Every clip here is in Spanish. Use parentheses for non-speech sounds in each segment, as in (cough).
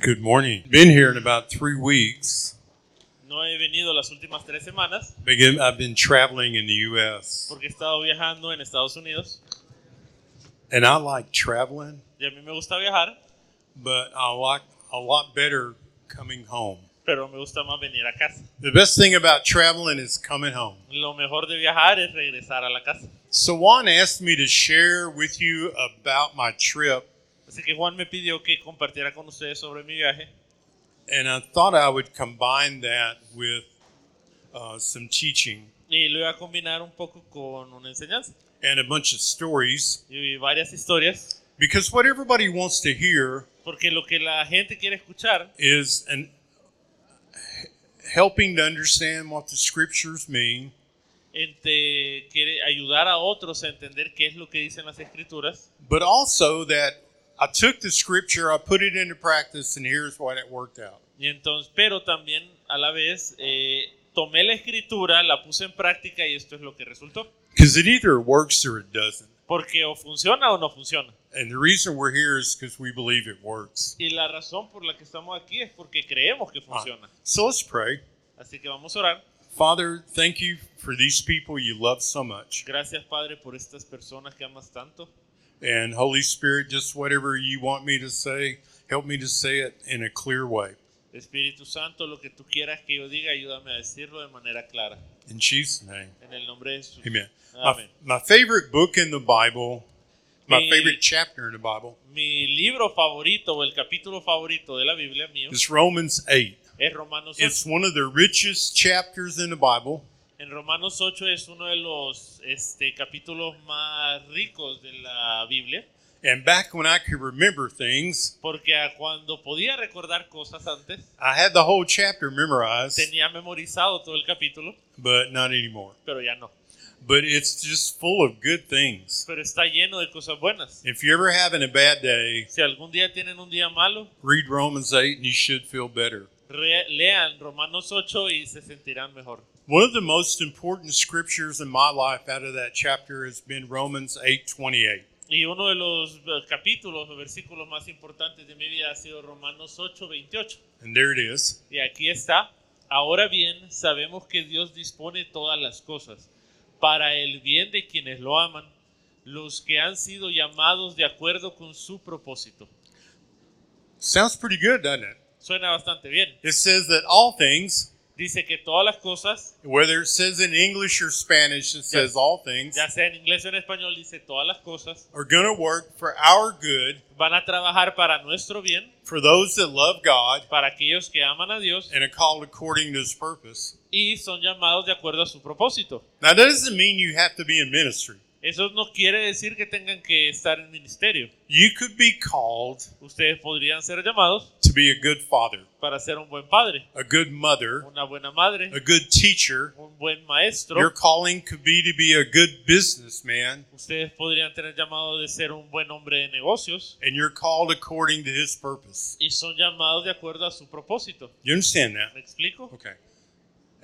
Good morning. Been here in about three weeks. No he venido las últimas tres semanas Begin- I've been traveling in the U.S. porque he estado viajando en Estados Unidos and I like traveling, y a mí me gusta viajar, but I like a lot better coming home. pero me gusta más venir a casa. The best thing about traveling is coming home. Lo mejor de viajar es regresar a la casa. So Juan asked me to share with you about my trip, Así que Juan me pidió que compartiera con ustedes sobre mi viaje and I thought I would combine that with uh, some teaching y lo iba a combinar un poco con una enseñanza and a bunch of stories y varias historias, because what everybody wants to hear porque lo que la gente quiere escuchar is an helping to understand what the scriptures mean Ente- quiere ayudar a otros a entender qué es lo que dicen las escrituras, but also that I took the scripture, I put it into practice, and here's what it worked out. y entonces, pero también a la vez eh, tomé la escritura, la puse en práctica y esto es lo que resultó. Because it either works or it doesn't. Porque o funciona o no funciona. And the reason we're here is because we believe it works. Y la razón por la que estamos aquí es porque creemos que funciona. So let's pray. Así que vamos a orar. Father, thank you for these people you love so much. Gracias Padre por estas personas que amas tanto. And Holy Spirit, just whatever you want me to say, help me to say it in a clear way. Espíritu Santo, lo que tú quieras que yo diga, ayúdame a decirlo de manera clara. In Jesus' name, En el nombre de Jesús. amen. Amen. My, my favorite book in the Bible, my Eh. favorite chapter in the Bible, Mi libro favorito o el capítulo favorito de la Biblia mío is Romans 8. es Romanos 8. It's one of the richest chapters in the Bible. En Romanos 8 es uno de los este, capítulos más ricos de la Biblia, And back when I could remember things, porque a cuando podía recordar cosas antes, I had the whole chapter memorized, tenía memorizado todo el capítulo, but not anymore. pero ya no. But it's just full of good things. Pero está lleno de cosas buenas. If you're ever having a bad day, Si algún día tienen un día malo, read Romans 8 and you should feel better. re- lean Romanos 8 y se sentirán mejor. One of the most important scriptures in my life out of that chapter has been Romans 8:28. Y uno de los eh, capítulos o versículos más importantes de mi vida ha sido Romanos 8, 28. And there it is. Y aquí está. Ahora bien, sabemos que Dios dispone todas las cosas para el bien de quienes lo aman, los que han sido llamados de acuerdo con su propósito. Sounds pretty good, doesn't it? Suena bastante bien. It says that all things, Dice que todas las cosas, whether it says in English or Spanish, it says all things ya sea en inglés o en español, dice todas las cosas are going to work for our good, van a trabajar para nuestro bien, for those that love God para aquellos que aman a Dios and are called according to his purpose. y son llamados de acuerdo a su propósito. Now, that doesn't mean you have to be in ministry. Eso no quiere decir que tengan que estar en ministerio. You could be called Ustedes podrían ser llamados to be a good father, para ser un buen padre. a good mother, una buena madre, a good teacher. un buen maestro. Your calling could be to be a good businessman, Ustedes podrían tener llamado de ser un buen hombre de negocios and you're called according to his purpose. y son llamados de acuerdo a su propósito. You understand that? ¿Me explico? Okay.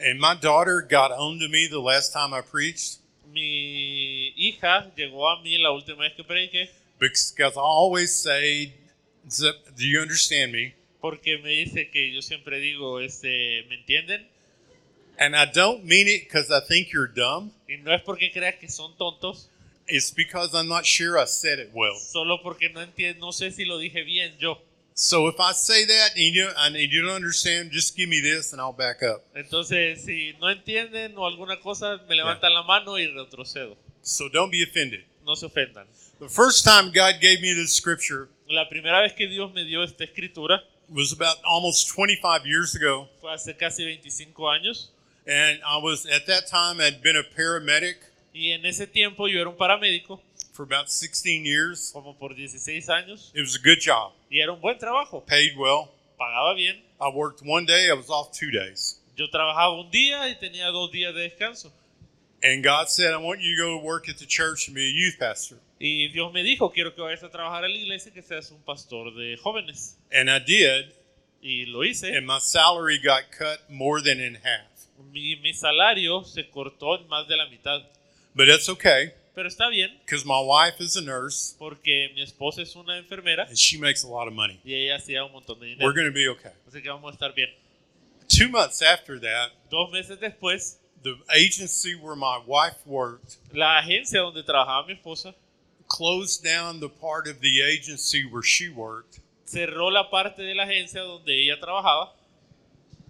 And my daughter got on to me the last time I preached Mi hija llegó a mí la última vez que prediqué because I always say, "Do you understand me?" porque me dice que yo siempre digo, este, ¿me entienden? And I don't mean it because I think you're dumb. Y no es porque creas que son tontos, It's because I'm not sure I said it well. solo porque no entiendo, no sé si lo dije bien yo. So if I say that and you and you don't understand, just give me this and I'll back up. Entonces, si no entienden o alguna cosa, me levantan la mano y retrocedo. So don't be offended. No se ofendan. The first time God gave me this scripture La primera vez que Dios me dio esta escritura was about almost 25 years ago, fue hace casi 25 años and I was at that time I'd been a paramedic y en ese tiempo yo era un paramédico, for about 16 years. como por 16 años, It was a good job, y era un buen trabajo, paid well. pagaba bien. I worked one day, I was off two days, Yo trabajaba un día y tenía dos días de descanso. and God said, "I want you to go work at the church and be a youth pastor." Y Dios me dijo, quiero que vayas a trabajar a la iglesia y que seas un pastor de jóvenes. And I did, Y lo hice. and my salary got cut more than in half. Mi, mi salario se cortó en más de la mitad, But that's okay Pero está bien, because my wife is a nurse porque mi esposa es una enfermera and she makes a lot of money. y ella hacía un montón de dinero. We're going to be okay. Así que vamos a estar bien. Two months after that, Dos meses después, the agency where my wife worked la agencia donde trabajaba mi esposa closed down the part of the agency where she worked cerró la parte de la agencia donde ella trabajaba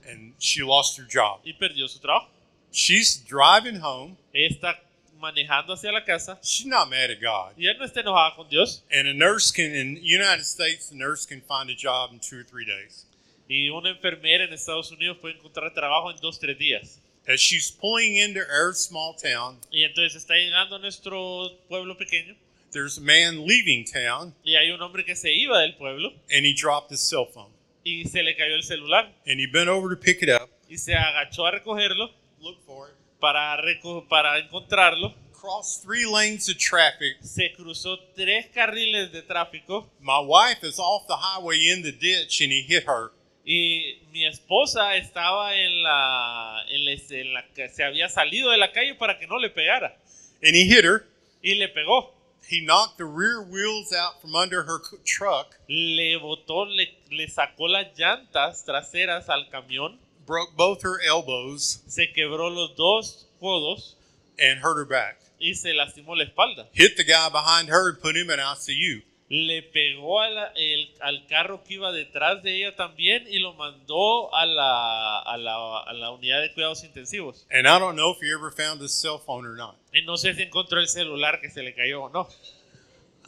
and she lost her job. y perdió su trabajo. She's driving home. Ella está manejando hacia la casa She's not mad at God. y él no está enojada con Dios. And a nurse can, in the United States, a nurse can find a job in two or three days. Y una enfermera en Estados Unidos puede encontrar trabajo en dos, tres días. As she's pulling into our small town, Y entonces está llegando a nuestro pueblo pequeño there's a man leaving town y hay un hombre que se iba del pueblo and he dropped his cell phone. y se le cayó el celular And he bent over to pick it up, y se agachó a recogerlo look for it, para, reco- para encontrarlo. crossed three lanes of traffic. Se cruzó tres carriles de tráfico My wife is off the highway in the ditch and he hit her. y mi esposa estaba en la, en la, en la ca- se había salido de la calle para que no le pegara And he hit her. y le pegó. He knocked the rear wheels out from under her c- truck, Le botó, le, le sacó las llantas traseras al camión, broke both her elbows, se quebró los dos codos and hurt her back. y se lastimó la espalda. Hit the guy behind her and put him in ICU. le pegó a la- el- al carro que iba detrás de ella también y lo mandó a la, a la- a la unidad de cuidados intensivos. And I don't know if he ever found his cell phone or not. Y no sé si encontró el celular que se le cayó o no.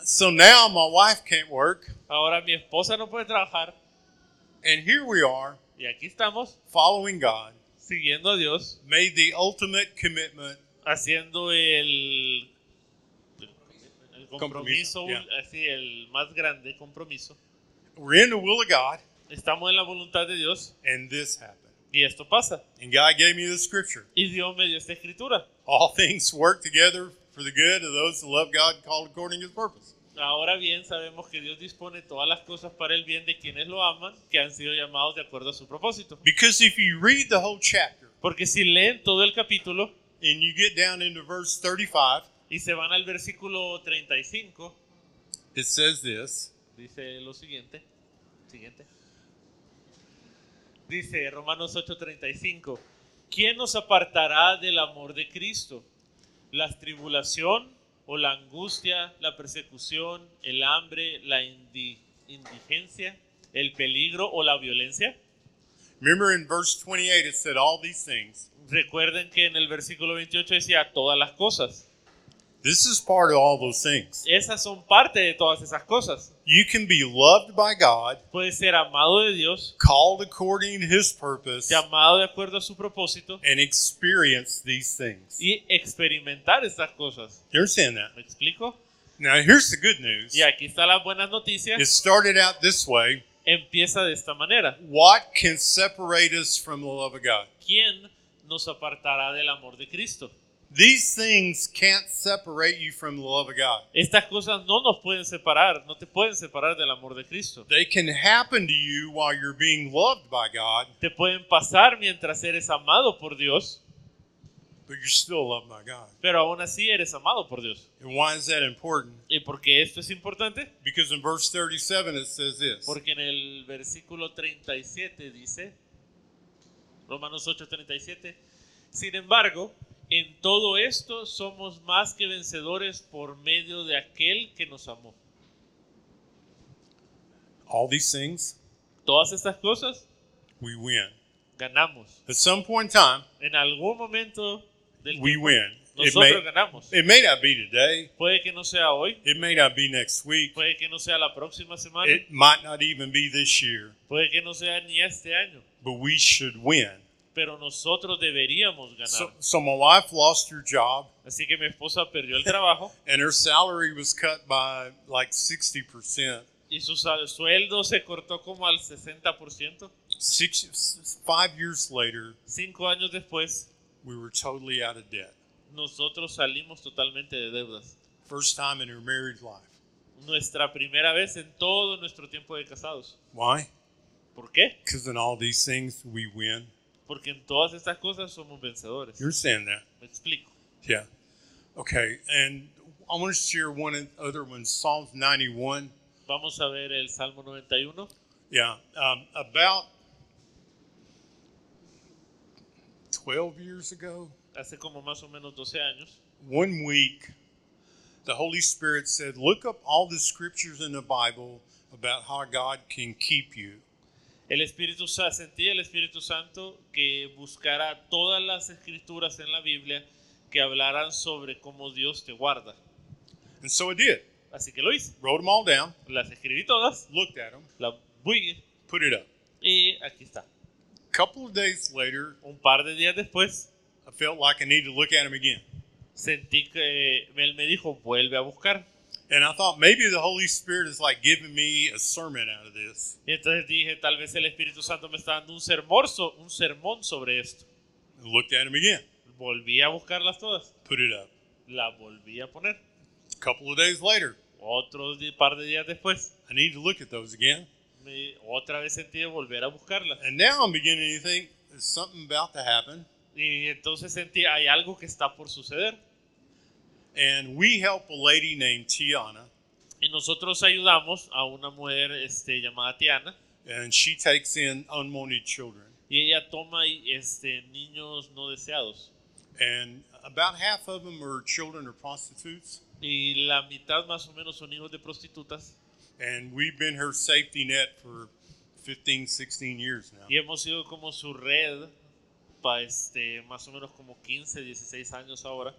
So now my wife can't work, Ahora mi esposa no puede trabajar and here we are y aquí estamos following God, siguiendo a Dios, made the ultimate commitment. haciendo el, el compromiso, Compromiso, yeah. así, el más grande compromiso. We're in the will of God, Estamos en la voluntad de Dios and this happened. y esto pasa. And God gave me the scripture. Y Dios me dio esta escritura. All (laughs) things work together for the good of those that love God and called according to his purpose. Ahora bien, sabemos que Dios dispone todas las cosas para el bien de quienes lo aman, que han sido llamados de acuerdo a su propósito. Because if you read the whole chapter, Porque si leen todo el capítulo and you get down into verse 35, y se van al versículo 35, it says this dice lo siguiente. Siguiente. Dice Romanos 8:35, ¿quién nos apartará del amor de Cristo? ¿La tribulación o la angustia, la persecución, el hambre, la indi- indigencia, el peligro o la violencia? Remember in verse 28, it said all these things. Recuerden que en el versículo 28 decía todas las cosas. This is part of all those things. Esas son parte de todas esas cosas. You can be loved by God, Puedes ser amado de Dios, called according to his purpose, llamado de acuerdo a su propósito and experience these things. You y experimentar estas cosas. understand that? ¿Me explico? Now, here's the good news. Y aquí están las buenas It noticias. started out this way. Empieza de esta manera. What can separate us from the love of God? ¿Quién nos apartará del amor de Cristo? These things can't separate you from the love of God. Estas cosas no nos pueden separar, no te pueden separar del amor de Cristo. They can happen to you while you're being loved by God, Te pueden pasar mientras eres amado por Dios, but you're still loved by God. pero aún así eres amado por Dios. And why is that important? ¿Y por qué esto es importante? Because in verse 37 it says this Porque en el versículo 37 dice, Romanos 8:37, sin embargo, en todo esto somos más que vencedores por medio de aquel que nos amó. all these things Todas estas cosas we win. ganamos. At some point in time, En algún momento del we tiempo, win. It nosotros may, ganamos. it may not be today, Puede que no sea hoy, it may not be next week, puede que no sea la próxima semana, it might not even be this year, puede que no sea ni este año, but we should win. pero nosotros deberíamos ganar. So, so my wife lost her job, Así que mi esposa perdió el trabajo. and her salary was cut by like 60%, Y su sal- sueldo se cortó como al 60%. Six, s- five years later, Cinco años después, we were totally out of debt. nosotros salimos totalmente de deudas. First time in her married life. Nuestra primera vez en todo nuestro tiempo de casados. Why? ¿Por qué? Because in all these things, we win. Porque en todas estas cosas somos vencedores. You're saying that. Me explico. Yeah. Okay. And I want to share one other one, Psalms 91. Vamos a ver el Salmo 91. Yeah, um, about 12 years ago, Hace como más o menos 12 años, one week, the Holy Spirit said, Look up all the scriptures in the Bible about how God can keep you. el Espíritu Sa- sentí el Espíritu Santo que buscara todas las escrituras en la Biblia que hablaran sobre cómo Dios te guarda. And so I did. Así que lo hice. Wrote them all down, Las escribí todas, looked at them, las bulle put it up. y aquí está. A couple of days later, Un par de días después I felt like I needed to look at them again. sentí que eh, él me dijo, vuelve a buscar. And I thought maybe the Holy Spirit is like giving me a sermon out of this. Y entonces dije, tal vez el Espíritu Santo me está dando un sermón, so- un sermón sobre esto. And looked at them again, Volví a buscarlas todas, put it up. las volví a poner. A couple of days later, Otro di- par de días después, I need to look at those again. me- otra vez sentí de volver a buscarlas. And now I'm beginning to think there's something about to happen. Y entonces sentí, hay algo que está por suceder. And we help a lady named Tiana, Y nosotros ayudamos a una mujer este, llamada Tiana. and she takes in unwanted children. Y ella toma y, este, niños no deseados. And about half of them are children or prostitutes. Y la mitad más o menos son hijos de prostitutas. And we've been her safety net for 15, 16 years now. Y hemos sido como su red, pa, este, más o menos como 15, 16 años ahora.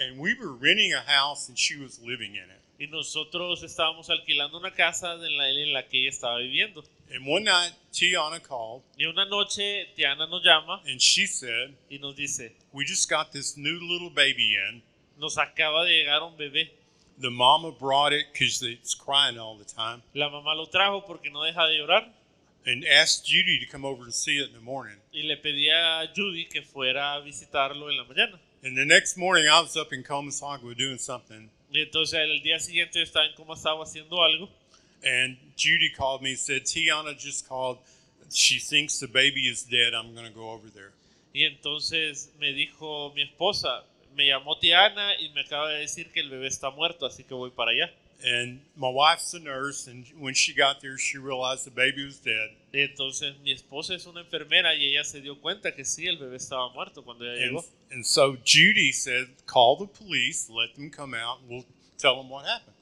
And we were renting a house, and she was living in it. Y nosotros estábamos alquilando una casa en la, en la que ella estaba viviendo. And one night, Tiana called, Y una noche Tiana nos llama and she said, y nos dice, We just got this new little baby in. nos acaba de llegar un bebé. The mama brought it because it's crying all the time La mamá lo trajo porque no deja de llorar. and asked Judy to come over and see it in the morning. Y le pedía a Judy que fuera a visitarlo en la mañana. And the next morning, I was up in Comasagua doing something, Y entonces el día siguiente yo estaba en Comasagua haciendo algo. and Judy called me and said, Tiana just called. She thinks the baby is dead. I'm going to go over there. Y entonces me dijo mi esposa, me llamó Tiana y me acaba de decir que el bebé está muerto, así que voy para allá. And my wife's a nurse, and when she got there, she realized the baby was dead. Y entonces mi esposa es una enfermera y ella se dio cuenta que sí, el bebé estaba muerto cuando And, ella llegó. and so Judy said, Call the police, let them come out, and we'll tell them what happened.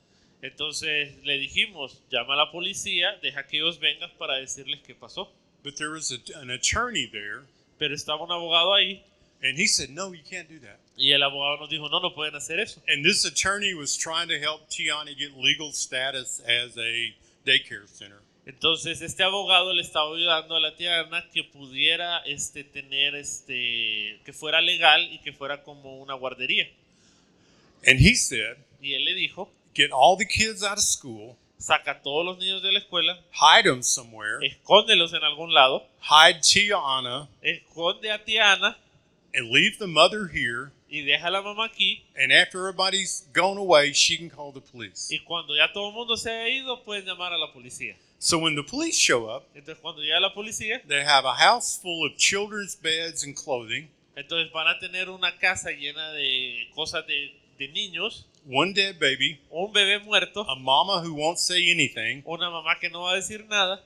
Entonces le dijimos, llama a la policía, deja que ellos vengan para decirles qué pasó. But there was a, an attorney there, Pero estaba un abogado ahí and he said, No, you can't do that. y el abogado nos dijo, no, no pueden hacer eso. And this attorney was trying to help Tiana get legal status as a daycare center. Entonces este abogado le estaba ayudando a la Tiana que pudiera este, tener, este, que fuera legal y que fuera como una guardería. And he said, Y él le dijo, Get all the kids out of school, saca a todos los niños de la escuela, hide them somewhere, escóndelos en algún lado, hide Tiana, esconde a Tiana and leave the mother here. y deja a la mamá aquí. And after everybody's gone away, she can call the police. Y cuando ya todo el mundo se haya ido, pueden llamar a la policía. So when the police show up, Entonces cuando llega la policía, They have a house full of children's beds and clothing, entonces van a tener una casa llena de cosas de, de niños, one dead baby, un bebé muerto, a mama who won't say anything una mamá que no va a decir nada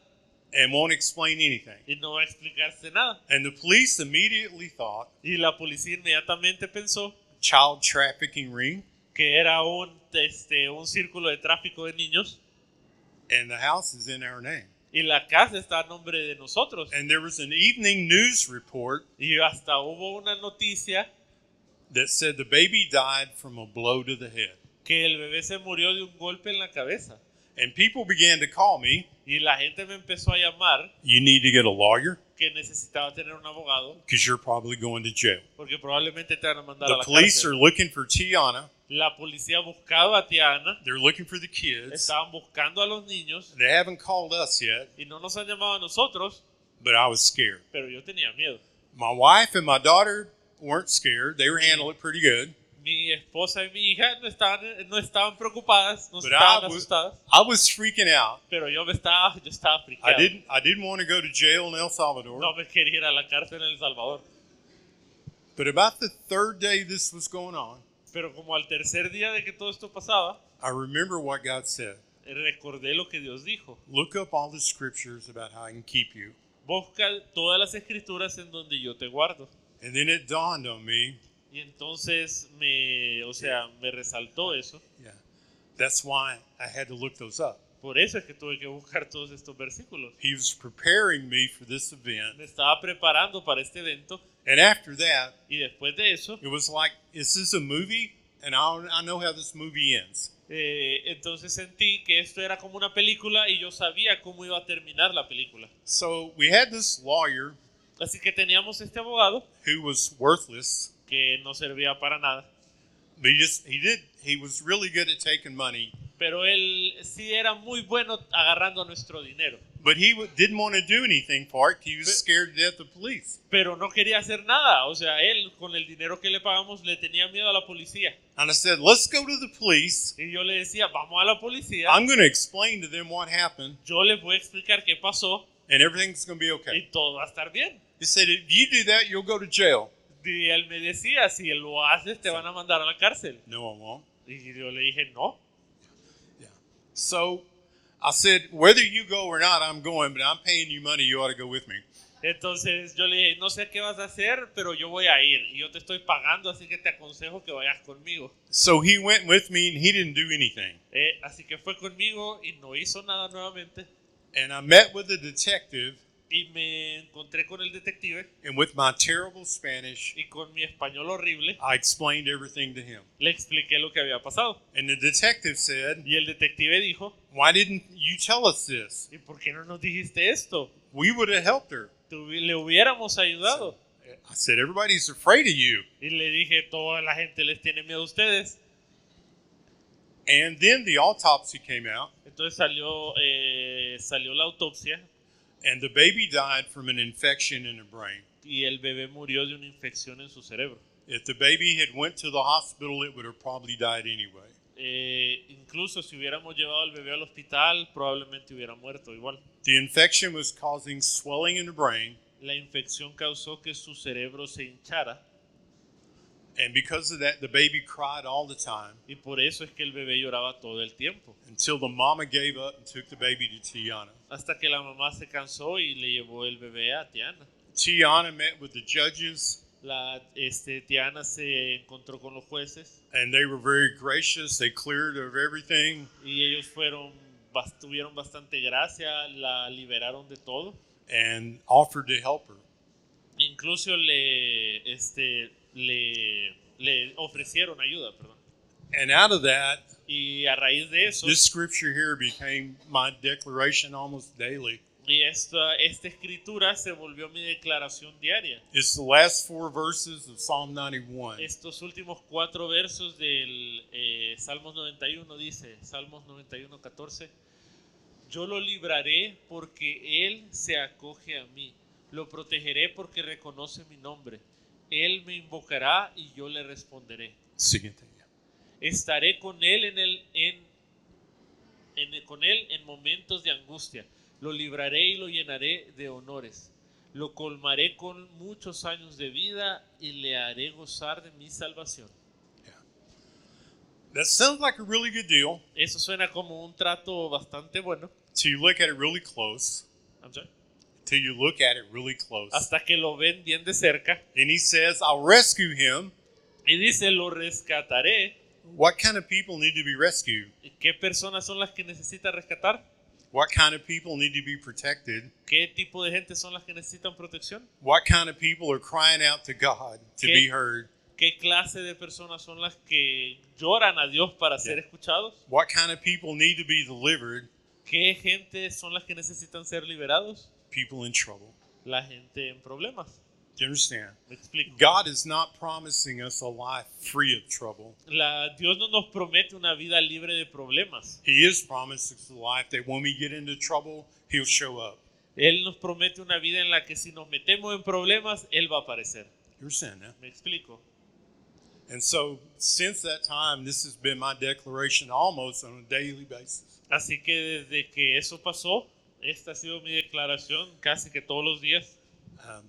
and won't explain anything. y no va a explicarse nada. And the police immediately thought Y la policía inmediatamente pensó child trafficking ring, que era un, este, un círculo de tráfico de niños and the house is in our name. y la casa está a nombre de nosotros. And there was an evening news report Y hasta hubo una noticia that said the baby died from a blow to the head. que el bebé se murió de un golpe en la cabeza. And people began to call me. Y la gente me empezó a llamar You need to get a lawyer que necesitaba tener un abogado because you're probably going to jail. porque probablemente te van a mandar a The la police cárcel. are looking for Tiana. La policía buscaba a Tiana, They're looking for the kids. estaban buscando a los niños They haven't called us yet, y no nos han llamado a nosotros, but I was scared. pero yo tenía miedo. My wife and my daughter weren't scared. They were handling it pretty good. Mi esposa y mi hija no estaban, no estaban preocupadas, no Pero estaban ah, bu- asustadas, I was freaking out. pero yo me estaba, yo estaba I friqueado. didn't I didn't want to go to jail in El Salvador. No me quería ir a la cárcel en El Salvador. But about the third day this was going on, Pero como al tercer día de que todo esto pasaba, I remember what God said. recordé lo que Dios dijo. Look up all the scriptures about how I can keep you. Busca todas las escrituras en donde yo te guardo. And then it dawned on me, Y entonces me, o sea, me resaltó eso. yeah, that's why I had to look those up. Por eso es que tuve que buscar todos estos versículos. He was preparing me for this event. Me estaba preparando para este evento And after that, y después de eso, it was like, is this a movie? And I, I know how this movie ends. eh, entonces sentí que esto era como una película y yo sabía cómo iba a terminar la película. So we had this lawyer Así que teníamos este abogado who was worthless. que no servía para nada, But he just he did he was really good at taking money, pero él sí era muy bueno agarrando nuestro dinero, but he w- didn't want to do anything for it. He was scared to death of police. pero no quería hacer nada. O sea, él con el dinero que le pagamos le tenía miedo a la policía. And I said, "Let's go to the police. Y yo le decía, vamos a la policía, I'm going to explain to them what happened, yo les voy a explicar qué pasó and everything's going to be okay." y todo va a estar bien. He said, "If you do that, you'll go to jail." Y él me decía, si lo haces te van a mandar a la cárcel. No, I won't. Y yo le dije, no. Yeah. So I said, "Whether you go or not, I'm going, but I'm paying you money. You ought to go with me." Entonces yo le dije, no sé qué vas a hacer, pero yo voy a ir y yo te estoy pagando, así que te aconsejo que vayas conmigo. So he went with me, and he didn't do anything. Eh, así que fue conmigo y no hizo nada nuevamente. And I met with a detective, Y me encontré con el detective and with my terrible Spanish, y con mi español horrible I explained everything to him. le expliqué lo que había pasado. And the detective said, Y el detective dijo, Why didn't you tell us this? ¿y por qué no nos dijiste esto? We would have helped her. Te hubi- le hubiéramos ayudado. I said, Everybody's afraid of you. Y le dije, toda la gente les tiene miedo a ustedes. And then the autopsy came out, Entonces salió, eh, salió la autopsia and the baby died from an infection in the brain. y el bebé murió de una infección en su cerebro. If the baby had went to the hospital, it would have probably died anyway. Eh, incluso si hubiéramos llevado al bebé al hospital, probablemente hubiera muerto igual. The infection was causing swelling in the brain, La infección causó que su cerebro se hinchara and because of that, the baby cried all the time y por eso es que el bebé lloraba todo el tiempo. until the mama gave up and took the baby to Tiana. Hasta que la mamá se cansó y le llevó el bebé a Tiana. Tiana met with the judges, La, este, Tiana se encontró con los jueces and they were very gracious. They cleared of everything. y ellos fueron, bas- tuvieron bastante gracia, la liberaron de todo. and offered to help her. Incluso le, este, le, le ofrecieron ayuda, perdón. And out of that, Y a raíz de eso, this scripture here became my declaration almost daily. y esta, esta escritura se volvió mi declaración diaria. It's the last four verses of Psalm 91. Estos últimos cuatro versos del eh, Salmos 91 dice, Salmos 91, 14, yo lo libraré porque él se acoge a mí, lo protegeré porque reconoce mi nombre, él me invocará y yo le responderé. Siguiente. Estaré con él en el en, en- con él en momentos de angustia. Lo libraré y lo llenaré de honores. Lo colmaré con muchos años de vida y le haré gozar de mi salvación. That sounds like a really good deal Eso suena como un trato bastante bueno. till you look at it really close. I'm sorry. Till you look at it really close. Hasta que lo ven bien de cerca And he says, I'll rescue him. y dice, lo rescataré. What kind of people need to be rescued? ¿Qué personas son las que necesita rescatar? What kind of people need to be protected? ¿Qué tipo de gente son las que necesitan protección? What kind of people are crying out to God to Okay. be heard? ¿Qué clase de personas son las que lloran a Dios para ser Yeah. escuchados? What kind of people need to be delivered? ¿Qué gente son las que necesitan ser liberados? People in trouble. La gente en problemas. Do you understand? Me explico. God is not promising us a life free of trouble. La, Dios no nos promete una vida libre de problemas. He is promising us a life that when we get into trouble, He'll show up. Él nos promete una vida en la que si nos metemos en problemas, Él va a aparecer. You're saying that. Me explico. And so, since that time, this has been my declaration almost on a daily basis. Así que desde que eso pasó, esta ha sido mi declaración casi que todos los días, Um,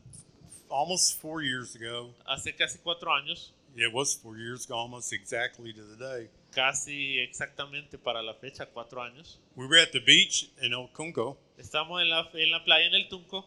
almost four years ago, hace casi cuatro años. It was four years, almost exactly to the day. casi exactamente para la fecha, cuatro años. We were at the beach in El Cunco Estamos en la, en la playa en el Tunco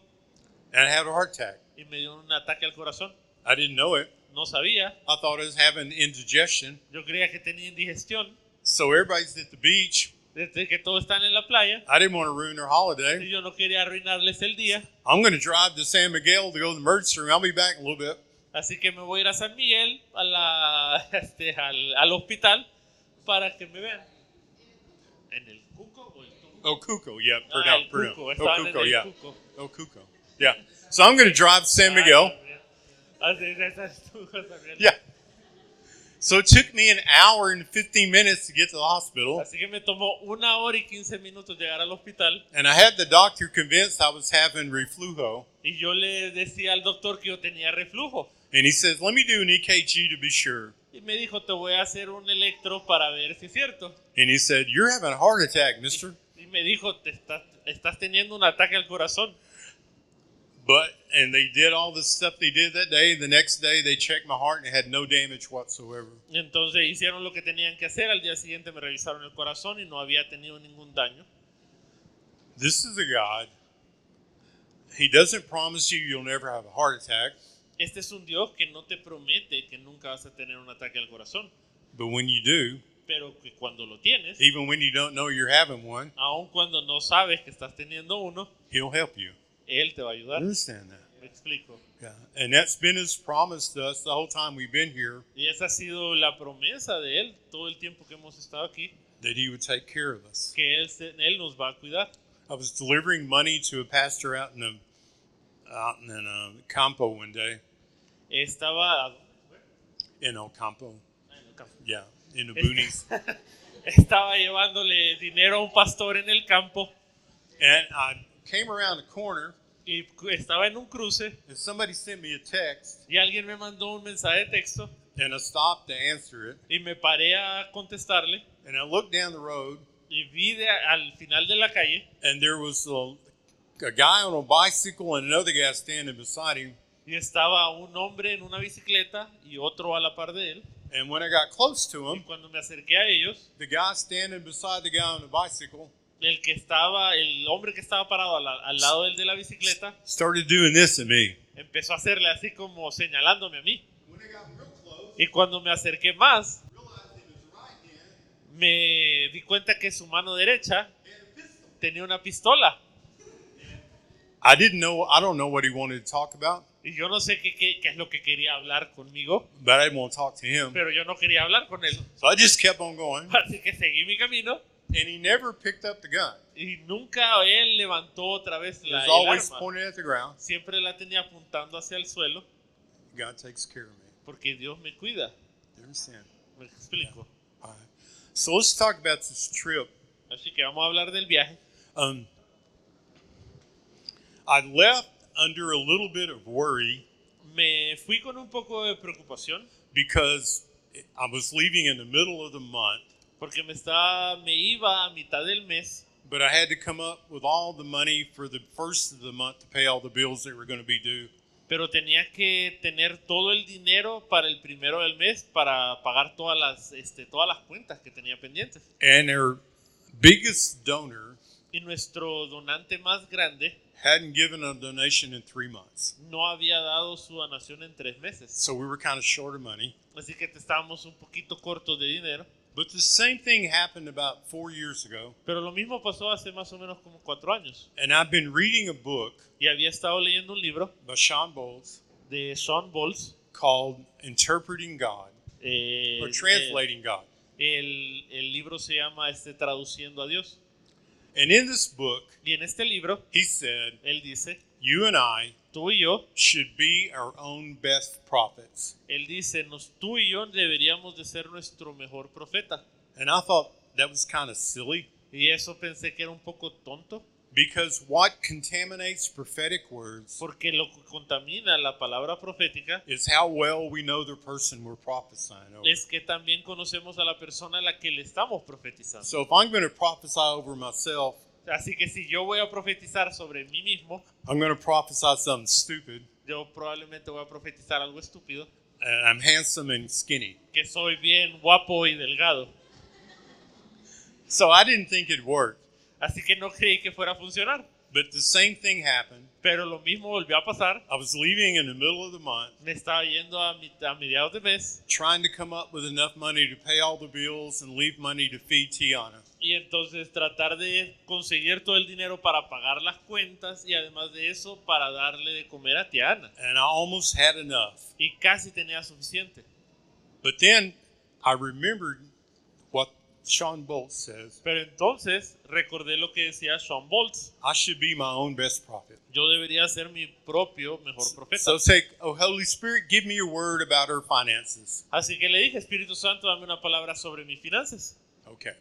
and I had a heart attack. y me dio un ataque al corazón. I didn't know it. No sabía, I thought I was having indigestion. yo creía que tenía indigestión. So everybody's at the beach. Desde que todos están en la playa I didn't want to ruin their y holiday. yo no quería arruinarles el día, I'm going to drive to San Miguel to go to the emergency room. I'll be back in a little bit. así que me voy a ir a San Miguel, a la, (laughs) este, al, al hospital, para que me vean. ¿En el Cuco o el Tunco? Oh, Cuco, yeah, Ah, pronounced el pronounced. Cuco, Oh, estaban en Cuco, el yeah. Cuco. Oh, Cuco, yeah. So I'm going to drive to San Miguel. Ah, también. Ah, sí, (laughs) esas Tunco también. (laughs) Yeah. So it took me an hour and 15 minutes to get to the hospital, Así que me tomó una hora y 15 minutos llegar al hospital and I had the doctor convinced I was having reflujo, y yo le decía al doctor que yo tenía reflujo. and he says, "Let me do an EKG to be sure." Y me dijo, te voy a hacer un electro para ver si es cierto. And he said, "You're having a heart attack, Mister." Y me dijo, te estás, estás teniendo un ataque al corazón. But and they did all the stuff they did that day. The next day they checked my heart and it had no damage whatsoever. Y Entonces hicieron lo que tenían que hacer. Al día siguiente me revisaron el corazón y no había tenido ningún daño. This is a God. He doesn't promise you you'll never have a heart attack, Este es un Dios que no te promete que nunca vas a tener un ataque al corazón, but when you do, pero que cuando lo tienes, even when you don't know you're having one, aun cuando no sabes que estás teniendo uno, he'll help you. Él te va a ayudar. Understand that. Me explico. Yeah. And that's been his promise to us the whole time we've been here Y esa ha sido la promesa de Él todo el tiempo que hemos estado aquí, that he would take care of us. que Él, se- él nos va a cuidar. I was delivering money to a pastor out in the out in uh, Campo one day Estaba, in El Campo. Yeah, in the Este- boonies. estaba llevándole dinero a un pastor en el campo and I came around a corner y cu- estaba en un cruce and somebody sent me a text y alguien me mandó un mensaje de texto and I stopped to answer it y me paré a contestarle and I looked down the road y vi de- al final de la calle and there was a, a guy on a bicycle and another guy standing beside him y estaba un hombre en una bicicleta y otro a la par de él. and when I got close to Y him cuando me acerqué a ellos, the guy standing beside the guy on the bicycle el que estaba, el hombre que estaba parado al, al lado del de la bicicleta started doing this at me. empezó a hacerle así como señalándome a mí. When I got real close, Y cuando me acerqué más, realized it was right hand me di cuenta que su mano derecha and a pistol. tenía una pistola. I didn't know. I don't know what he wanted to talk about, Y yo no sé qué, qué- qué es lo que quería hablar conmigo, but I didn't want to talk to him. pero yo no quería hablar con él. (laughs) So I just kept on going, Así que seguí mi camino and he never picked up the gun. y nunca él levantó otra vez It la was el always arma. pointed at the ground. Siempre la tenía apuntando hacia el suelo God takes care of me. porque Dios me cuida. You understand? Me explico. All right. So let's talk about this trip. Así que vamos a hablar del viaje. Um, I left under a little bit of worry Me fui con un poco de preocupación because I was leaving in the middle of the month. porque me estaba me iba a mitad del mes But I had to come up with all the money for the first of the month to pay all the bills that were going to be due. pero tenía que tener todo el dinero para el primero del mes para pagar todas las este, todas las cuentas que tenía pendientes And our biggest donor y nuestro donante más grande hadn't given a donation in three months. no había dado su donación en tres meses So we were kind of short of money. así que estábamos un poquito cortos de dinero But the same thing happened about four years ago. pero lo mismo pasó hace más o menos como cuatro años And I've been reading a book y había estado leyendo un libro by Sean Bowles de Sean Bowles called Interpreting God eh, or Translating God. el- el libro se llama este traduciendo a Dios And in this book, y en este libro he said, él dice You and I tú y yo should be our own best prophets. Él dice, nos, tú y yo deberíamos de ser nuestro mejor profeta. And I thought that was kind of silly. Y eso pensé que era un poco tonto, Because what contaminates prophetic words porque lo que contamina la palabra profética is how well we know the person we're prophesying over. es que también conocemos a la persona a la que le estamos profetizando. So if I'm going to prophesy over myself, Así que si yo voy a profetizar sobre mí mismo, I'm going to prophesy something stupid, yo probablemente voy a profetizar algo estúpido, and I'm handsome and skinny. que soy bien guapo y delgado. So I didn't think it worked. Así que no creí que fuera a funcionar. But the same thing happened. Pero lo mismo volvió a pasar. I was leaving in the middle of the month, Me estaba yendo a, mi- a mediados de mes trying to come up with enough money to pay all the bills and leave money to feed Tiana. y entonces tratar de conseguir todo el dinero para pagar las cuentas y además de eso para darle de comer a Tiana. And I almost had enough. Y casi tenía suficiente. But then I remembered what Sean Bolt says Pero entonces recordé lo que decía Sean Boltz. I should be my own best prophet. Yo debería ser mi propio mejor profeta. So say, Oh, Holy Spirit, give me your word about her finances. Así que le dije, Espíritu Santo, dame una palabra sobre mis finanzas. Okay.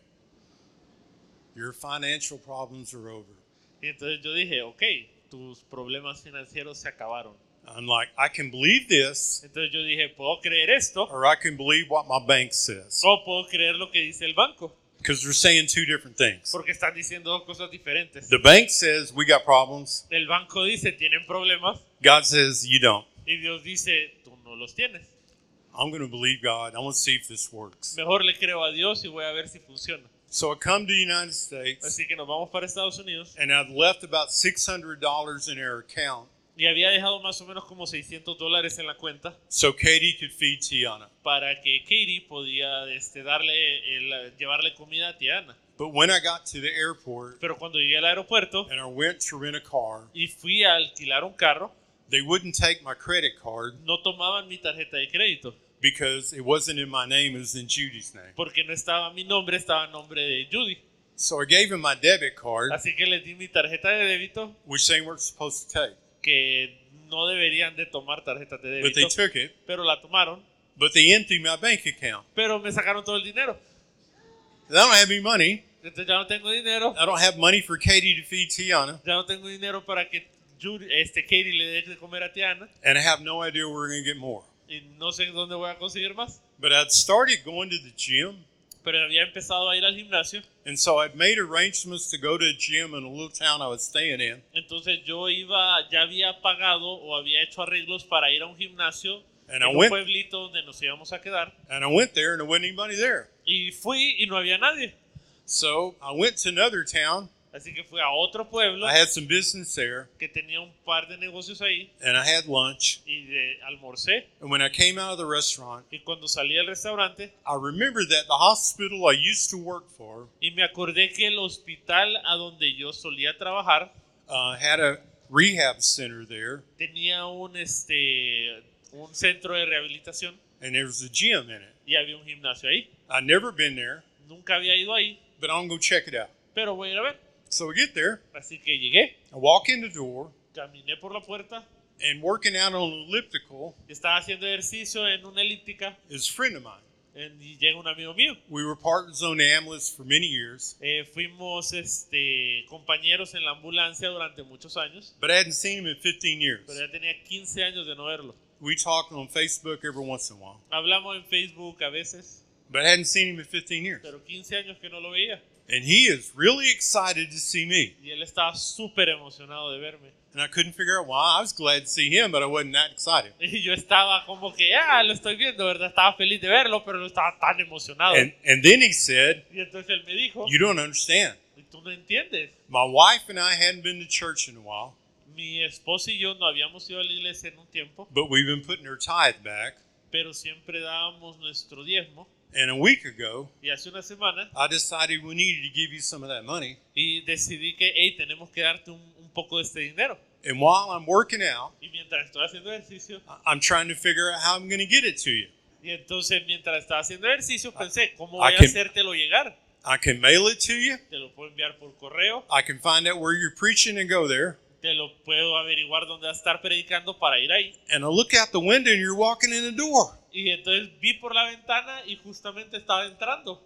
Your financial problems are over. Y entonces yo dije, ok, tus problemas financieros se acabaron. I'm like, I can believe this, Entonces yo dije, puedo creer esto or I can believe what my bank says. o puedo creer lo que dice el banco, Because they're saying two different things. porque están diciendo dos cosas diferentes. The bank says we got problems. El banco dice, tienen problemas, God says you don't. y Dios dice, tú no los tienes. I'm going to believe God. I want to see if this works. Mejor le creo a Dios y voy a ver si funciona. So I come to the United States, Así que nos vamos para Estados Unidos and I'd left about $600 in her account y había dejado más o menos como 600 dólares en la cuenta so Katie could feed Tiana. para que Katie podía este, darle, el- llevarle comida a Tiana. But when I got to the airport Pero cuando llegué al aeropuerto and I went to rent a car, y fui a alquilar un carro, they wouldn't take my credit card no tomaban mi tarjeta de crédito. because it wasn't in my name, it was in Judy's name. porque no estaba mi nombre, estaba el nombre de Judy. So I gave him my debit card, Así que les di mi tarjeta de débito, which they weren't supposed to take. que no deberían de tomar tarjetas Pues, de But they débito, took it, pero la tomaron, but they emptied my bank account. pero me sacaron todo el dinero. I don't have any money. Entonces ya no tengo dinero, I don't have money for Katie to feed Tiana, ya no tengo dinero para que Judy, este Katie le deje de comer a Tiana and I have no idea where we're going to get more. y no sé dónde voy a conseguir más. But I'd started going to the gym, Pero había empezado a ir al gimnasio, and so I'd made arrangements to go to a gym in a little town I was staying in. entonces yo iba, ya había pagado o había hecho arreglos para ir a un gimnasio And en I un went, pueblito donde nos íbamos a quedar and I went there, and there wasn't anybody there. y fui y no había nadie. So I went to another town. Así que fui a otro pueblo I had some business there, que tenía un par de negocios ahí and I had lunch. y de, almorcé. And when I came out of the restaurant, Y cuando salí del restaurante I remember that the hospital I used to work for y me acordé que el hospital a donde yo solía trabajar uh, had a rehab center there, tenía un, este, un centro de rehabilitación and there was a gym in it. y había un gimnasio ahí. I'd never been there, Nunca había ido ahí, but I'm gonna go check it out. pero voy a ir a ver. So I get there, Así que llegué, I walk in the door, caminé por la puerta, and working out on an elliptical estaba haciendo ejercicio en una elíptica is a friend of mine. en- y llega un amigo mío. We were partners on the ambulance for many years, Eh, fuimos este, compañeros en la ambulancia durante muchos años, but I hadn't seen him in 15 pero years. ya tenía 15 años de no verlo. We talked on Facebook every once in a while, Hablamos en Facebook a veces, but I hadn't seen him in 15 years. pero 15 años que no lo veía. And he is really excited to see me. Y él estaba súper emocionado de verme. (laughs) And I couldn't figure out why. I was glad to see him, but I wasn't that excited. Y yo estaba como que, ah, lo estoy viendo, ¿verdad? Estaba feliz de verlo, pero no estaba tan emocionado. And, and then he said, y entonces él me dijo, You don't understand. "Y tú no entiendes. My wife and I hadn't been to church in a while, Mi esposo y yo no habíamos ido a la iglesia en un tiempo, but we've been putting her tithe back. pero siempre dábamos nuestro diezmo. And a week ago, Y hace una semana, I decided we needed to give you some of that money. y decidí que, hey, tenemos que darte un, un poco de este dinero. And while I'm working out, Y mientras estoy haciendo ejercicio, I- I'm trying to figure out how I'm going to get it to you. y entonces mientras estaba haciendo ejercicio, pensé, ¿cómo Ah, voy a que- hacértelo llegar? I can mail it to you. te lo puedo enviar por correo, I can find out where you're preaching and go there. te lo puedo averiguar dónde va a estar predicando para ir ahí. And I look out the window and you're walking in the door. Y entonces vi por la ventana y justamente estaba entrando.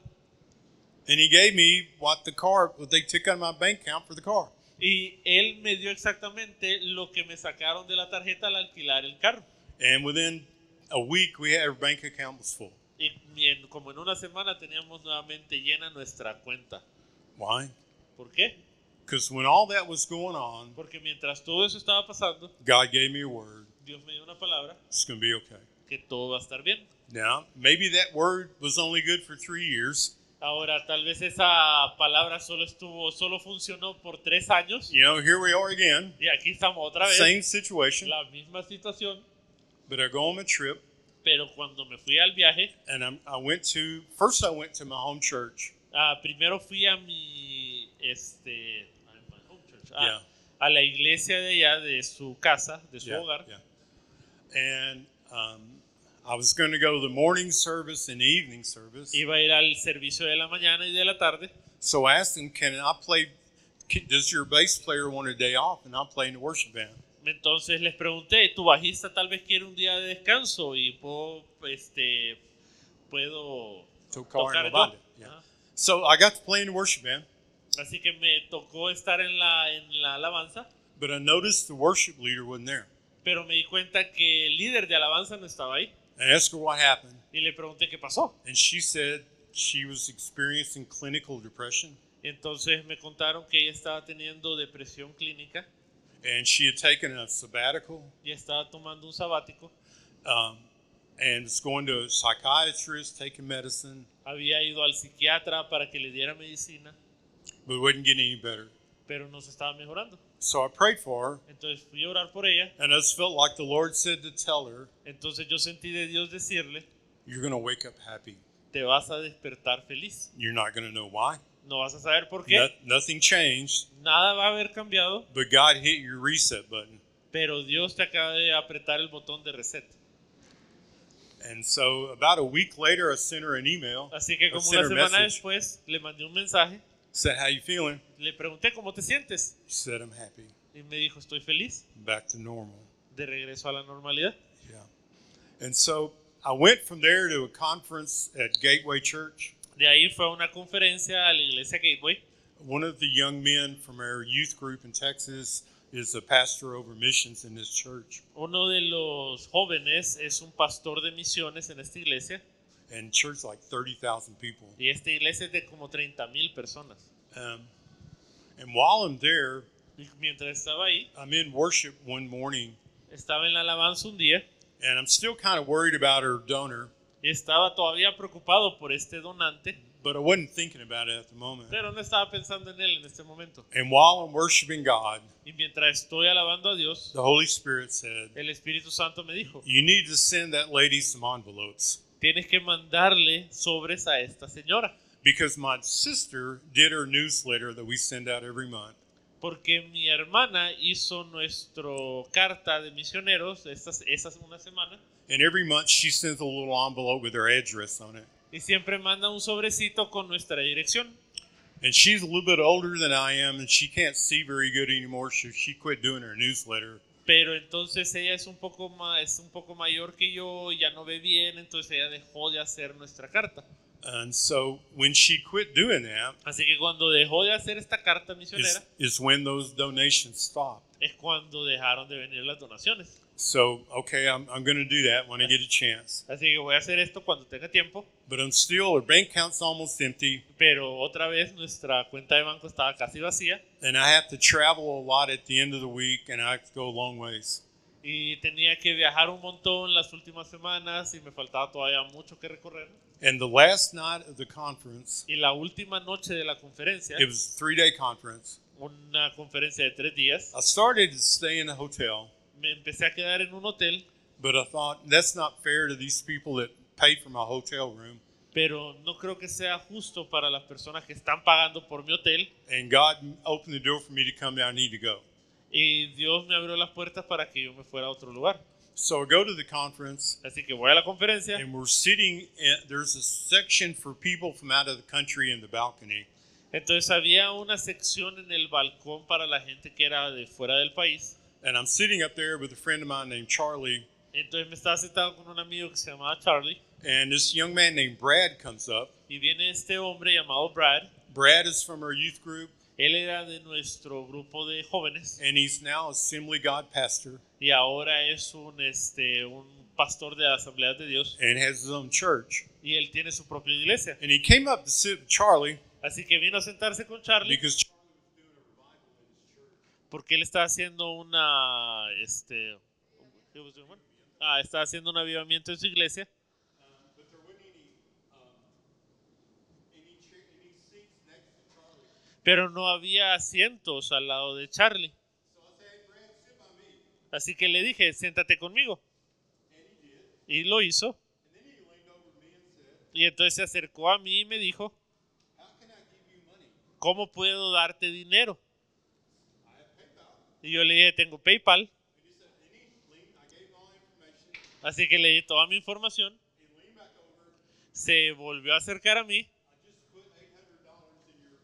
And he gave me what the car, what they took out of my bank account for the car. Y él me dio exactamente lo que me sacaron de la tarjeta al alquilar el carro. And within a week, we had our bank account was full. Y en- como en una semana teníamos nuevamente llena nuestra cuenta. Why? ¿Por qué? Because when all that was going on, Porque mientras todo eso estaba pasando, God gave me a word. Dios me dio una palabra It's going to be okay. que que todo va a estar bien. Now, maybe that word was only good for three years. Ahora, tal vez esa palabra solo estuvo, solo funcionó por tres años. You know, here we are again, Y aquí estamos otra vez. same situation, La misma situación. but I go on a trip Pero cuando me fui al viaje, and I'm, I went to, first I went to my home church. ah, primero fui a mi, este, ah, Yeah. a la iglesia de allá, de su casa, de su Yeah, hogar. yeah. And um, I was going to go to the morning service and evening service. Iba a ir al servicio de la mañana y de la tarde. So I asked him, "Can I play? can- Does your bass player want a day off?" And I'll play in the worship band. Entonces les pregunté, tu bajista tal vez quiere un día de descanso y puedo, este, puedo Tocar tocar in the yo. band. Yeah. Ajá. So I got to play in the worship band, Así que me tocó estar en la, en la alabanza, but I noticed the worship leader wasn't there. pero me di cuenta que el líder de alabanza no estaba ahí And I asked her what happened, y le pregunté qué pasó. and she said she was experiencing clinical depression, Entonces me contaron que ella estaba teniendo depresión clínica and she had taken a sabbatical y estaba tomando un sabático. um, and was going to a psychiatrist, taking medicine, Había ido al psiquiatra para que le diera medicina, but it wasn't getting any better. pero no se estaba mejorando. So I prayed for her, Entonces fui a orar por ella. and I just felt like the Lord said to tell her, Entonces yo sentí de Dios decirle, "You're going to wake up happy." te vas a despertar feliz. You're not going to know why. No vas a saber por qué. No- nothing changed, Nada va a haber cambiado, but God hit your reset button. pero Dios te acaba de apretar el botón de reset. And so, about a week later, I sent her an email. Así que I como sent her una a semana message. después le mandé un mensaje, Said, "How you feeling?" le pregunté cómo te sientes She said, "I'm happy. y me dijo estoy feliz, Back to normal." de regreso a la normalidad. Yeah. And so, I went from there to a conference at Gateway Church. De ahí fue a una conferencia a la iglesia Gateway. One of the young men from our youth group in Texas is a pastor over missions in this church. Uno de los jóvenes es un pastor de misiones en esta iglesia And church like thirty thousand people. y esta iglesia es de como 30 mil personas. Um, and while I'm there, Y mientras estaba ahí, I'm in worship one morning estaba en la alabanza un día and I'm still kind of worried about her donor, Estaba todavía preocupado por este donante, but I wasn't thinking about it at the moment. pero no estaba pensando en él en este momento. And while I'm worshiping God, Y mientras estoy alabando a Dios, the Holy Spirit said, el Espíritu Santo me dijo, You need to send that lady some envelopes tienes que mandarle sobres a esta señora, because my sister did her newsletter that we send out every month. porque mi hermana hizo nuestro carta de misioneros estas, esas una semana, And every month she sends a little envelope with her address on it. y siempre manda un sobrecito con nuestra dirección. And she's a little bit older than I am and she can't see very good anymore, so she quit doing her newsletter. Pero entonces ella es un poco más, es un poco mayor que yo, ya no ve bien, entonces ella dejó de hacer nuestra carta. And so when she quit doing that, Así que cuando dejó de hacer esta carta misionera, is, is when those donations stopped. es cuando dejaron de venir las donaciones. So, okay, I'm, I'm going to do that when I get a chance. Así que voy a hacer esto cuando tenga tiempo. But I'm still, our bank account's almost empty, Pero otra vez nuestra cuenta de banco estaba casi vacía and I have to travel a lot at the end of the week, and I have to go a long ways. y tenía que viajar un montón las últimas semanas y me faltaba todavía mucho que recorrer. And the last night of the conference, Y la última noche de la conferencia, it was a three day conference, una conferencia de tres días, I started to stay in a hotel, me empecé a quedar en un hotel, but I thought that's not fair to these people that paid for my hotel room. pero no creo que sea justo para las personas que están pagando por mi hotel. And God opened the door for me to come down, I need to go. Y Dios me abrió las puertas para que yo me fuera a otro lugar. So I go to the conference, Así que voy a la conferencia. and we're sitting, in, there's a section for people from out of the country in the balcony. Entonces había una sección en el balcón para la gente que era de fuera del país. And I'm sitting up there with a friend of mine named Charlie, Entonces me estaba sentado con un amigo que se llamaba Charlie and this young man named Brad comes up. y viene este hombre llamado Brad. Brad is from our youth group, Él era de nuestro grupo de jóvenes and he's now Assembly God pastor y ahora es un, este, un pastor de la Asamblea de Dios and has his own church. y él tiene su propia iglesia. And he came up to sit with Charlie Así que vino a sentarse con Charlie because Charlie was doing a revival in his church. porque él estaba haciendo una... Este, ¿qué was doing? ah, está haciendo un avivamiento en su iglesia, Um, but there wasn't any, um, any, chair, any seats next to Charlie. pero no había asientos al lado de Charlie. So I said, hey, Brad, sit by me. Así que le dije, siéntate conmigo. And he did. Y lo hizo. And then he leaned over to me and said, Y entonces se acercó a mí y me dijo, how can I give you money? ¿cómo puedo darte dinero? I have PayPal. Y yo le dije, tengo PayPal. And he said, and he leaned, I gave him all the information. Así que le di toda mi información. He leaned back over. Se volvió a acercar a mí I just put $800 in your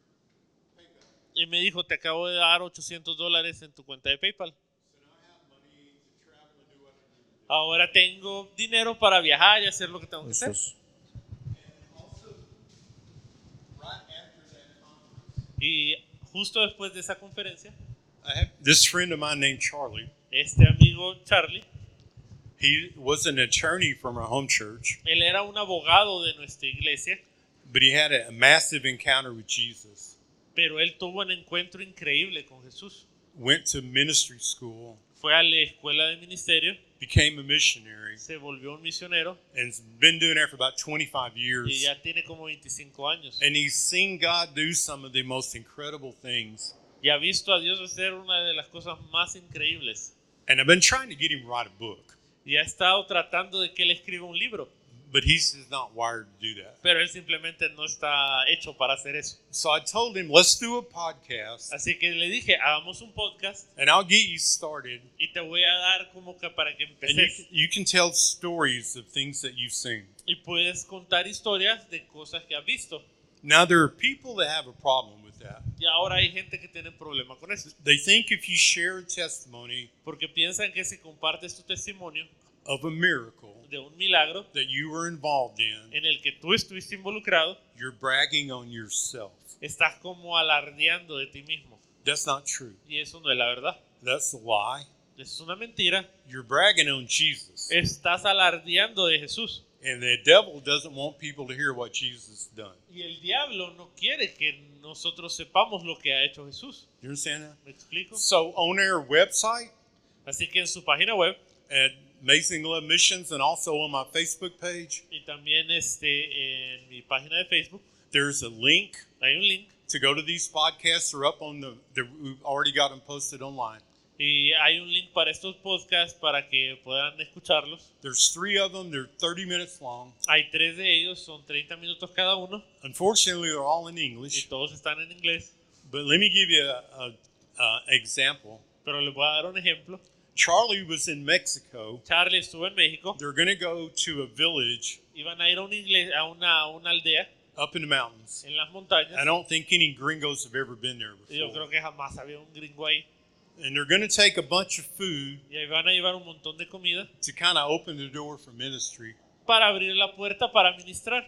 PayPal. y me dijo, te acabo de dar 800 dólares en tu cuenta de PayPal. So now I have money to travel and do what I need to do. Ahora tengo dinero para viajar y hacer lo que tengo que hacer. And also, right after that conference, Y justo después de esa conferencia, I have this friend of mine named Charlie. este amigo Charlie, He was an attorney from our home church, él era un abogado de nuestra iglesia, but he had a massive encounter with Jesus. pero él tuvo un encuentro increíble con Jesús. Went to ministry school, Fue a la escuela de ministerio, became a missionary, se volvió un misionero and's been doing that for about 25 y years. ya tiene como 25 años. And he's seen God do some of the most incredible things. Y ha visto a Dios hacer una de las cosas más increíbles. And I've been trying to get him to write a book, Y ha estado tratando de que él escriba un libro, but he's just not wired to do that. pero él simplemente no está hecho para hacer eso. So I told him, let's do a podcast, Así que le dije, hagamos un podcast and I'll get you started. y te voy a dar como que para que And you, empeces. you can tell stories of things that you've seen. y puedes contar historias de cosas que has visto. Now, there are people that have a problem with that. Y ahora hay gente que tiene problema con eso, They think if you share a testimony porque piensan que si compartes tu testimonio of a miracle de un milagro that you were involved in, en el que tú estuviste involucrado, you're bragging on yourself. estás como alardeando de ti mismo. That's not true. Y eso no es la verdad. That's a lie. Es una mentira. You're bragging on Jesus. Estás alardeando de Jesús. And the devil doesn't want people to hear what Jesus has done. Y el diablo no quiere que nosotros sepamos lo que ha hecho Jesús. You understand that? ¿Me explico? So, on our website Así que en su página web at Amazing Love Missions and also on my Facebook page, y también este, en mi página de Facebook there's a link hay un link to go to these podcasts are up on the, the we've already got them posted online Y hay un link para estos podcasts para que puedan escucharlos. there's three of them they're 30 minutes long Hay tres de ellos, son 30 minutos cada uno unfortunately they're all in y english todos están en inglés. but let me give you a, a, a example Pero les voy a dar un ejemplo. charlie was in mexico Charlie estuvo en México, they're going to go to a village iban a ir a, una igle- a, una, a una aldea up in the mountains en las i montañas. don't think any gringos have ever been there Y yo creo before que jamás había un gringo ahí. and they're going to take a bunch of food Y ahí van a llevar un montón de comida to kind of open the door for ministry para abrir la puerta para ministrar.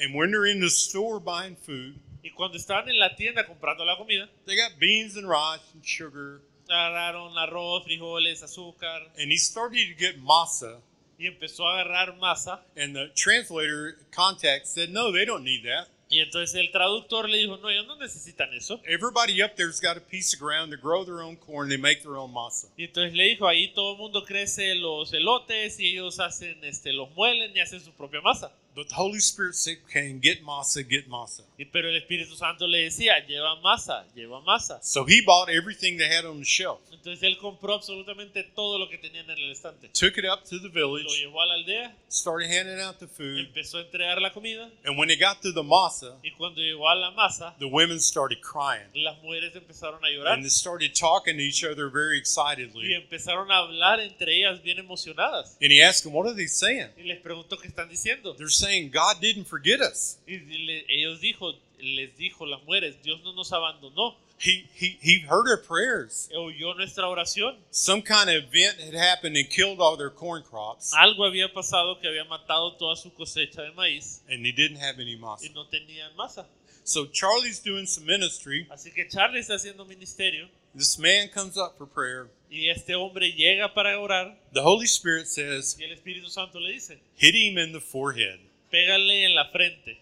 and when they're in the store buying food Y cuando estaban en la tienda comprando la comida, they got beans and rice and sugar agarraron arroz, frijoles, azúcar and he started to get masa. y empezó a agarrar masa And the translator contact said, "No, they don't need that. Y entonces el traductor le dijo, no, ellos no necesitan eso. Everybody up there's got a piece of ground to grow their own corn. They make their own masa." Y entonces le dijo, ahí todo el mundo crece los elotes y ellos hacen, este, los muelen y hacen su propia masa. But the Holy Spirit said, "Can get masa, get masa." Y, pero el Espíritu Santo le decía, lleva masa, lleva masa. So he bought everything they had on the shelf, Entonces él compró absolutamente todo lo que tenían en el estante. took it up to the Lo village, llevó a la aldea, started handing out the food. empezó a entregar la comida And when they got to the masa, y cuando llegó a la masa, the women started crying las mujeres empezaron a llorar and they started talking to each other very y excitedly. empezaron a hablar entre ellas bien emocionadas. And he asked them, "What are they saying?" Y les preguntó qué están diciendo. They're saying, "God didn't forget us." Y le- ellos dijo, les dijo las mujeres, Dios no nos abandonó, He, he, he heard her prayers. oyó nuestra oración. Some kind of event had happened and killed all their corn crops, Algo había pasado que había matado toda su cosecha de maíz and they didn't have any y masa. no tenían masa. So Charlie's doing some ministry. Así que Charlie está haciendo ministerio This man comes up for prayer. y este hombre llega para orar The Holy Spirit says, y el Espíritu Santo le dice, Hit him in the forehead. pégale en la frente.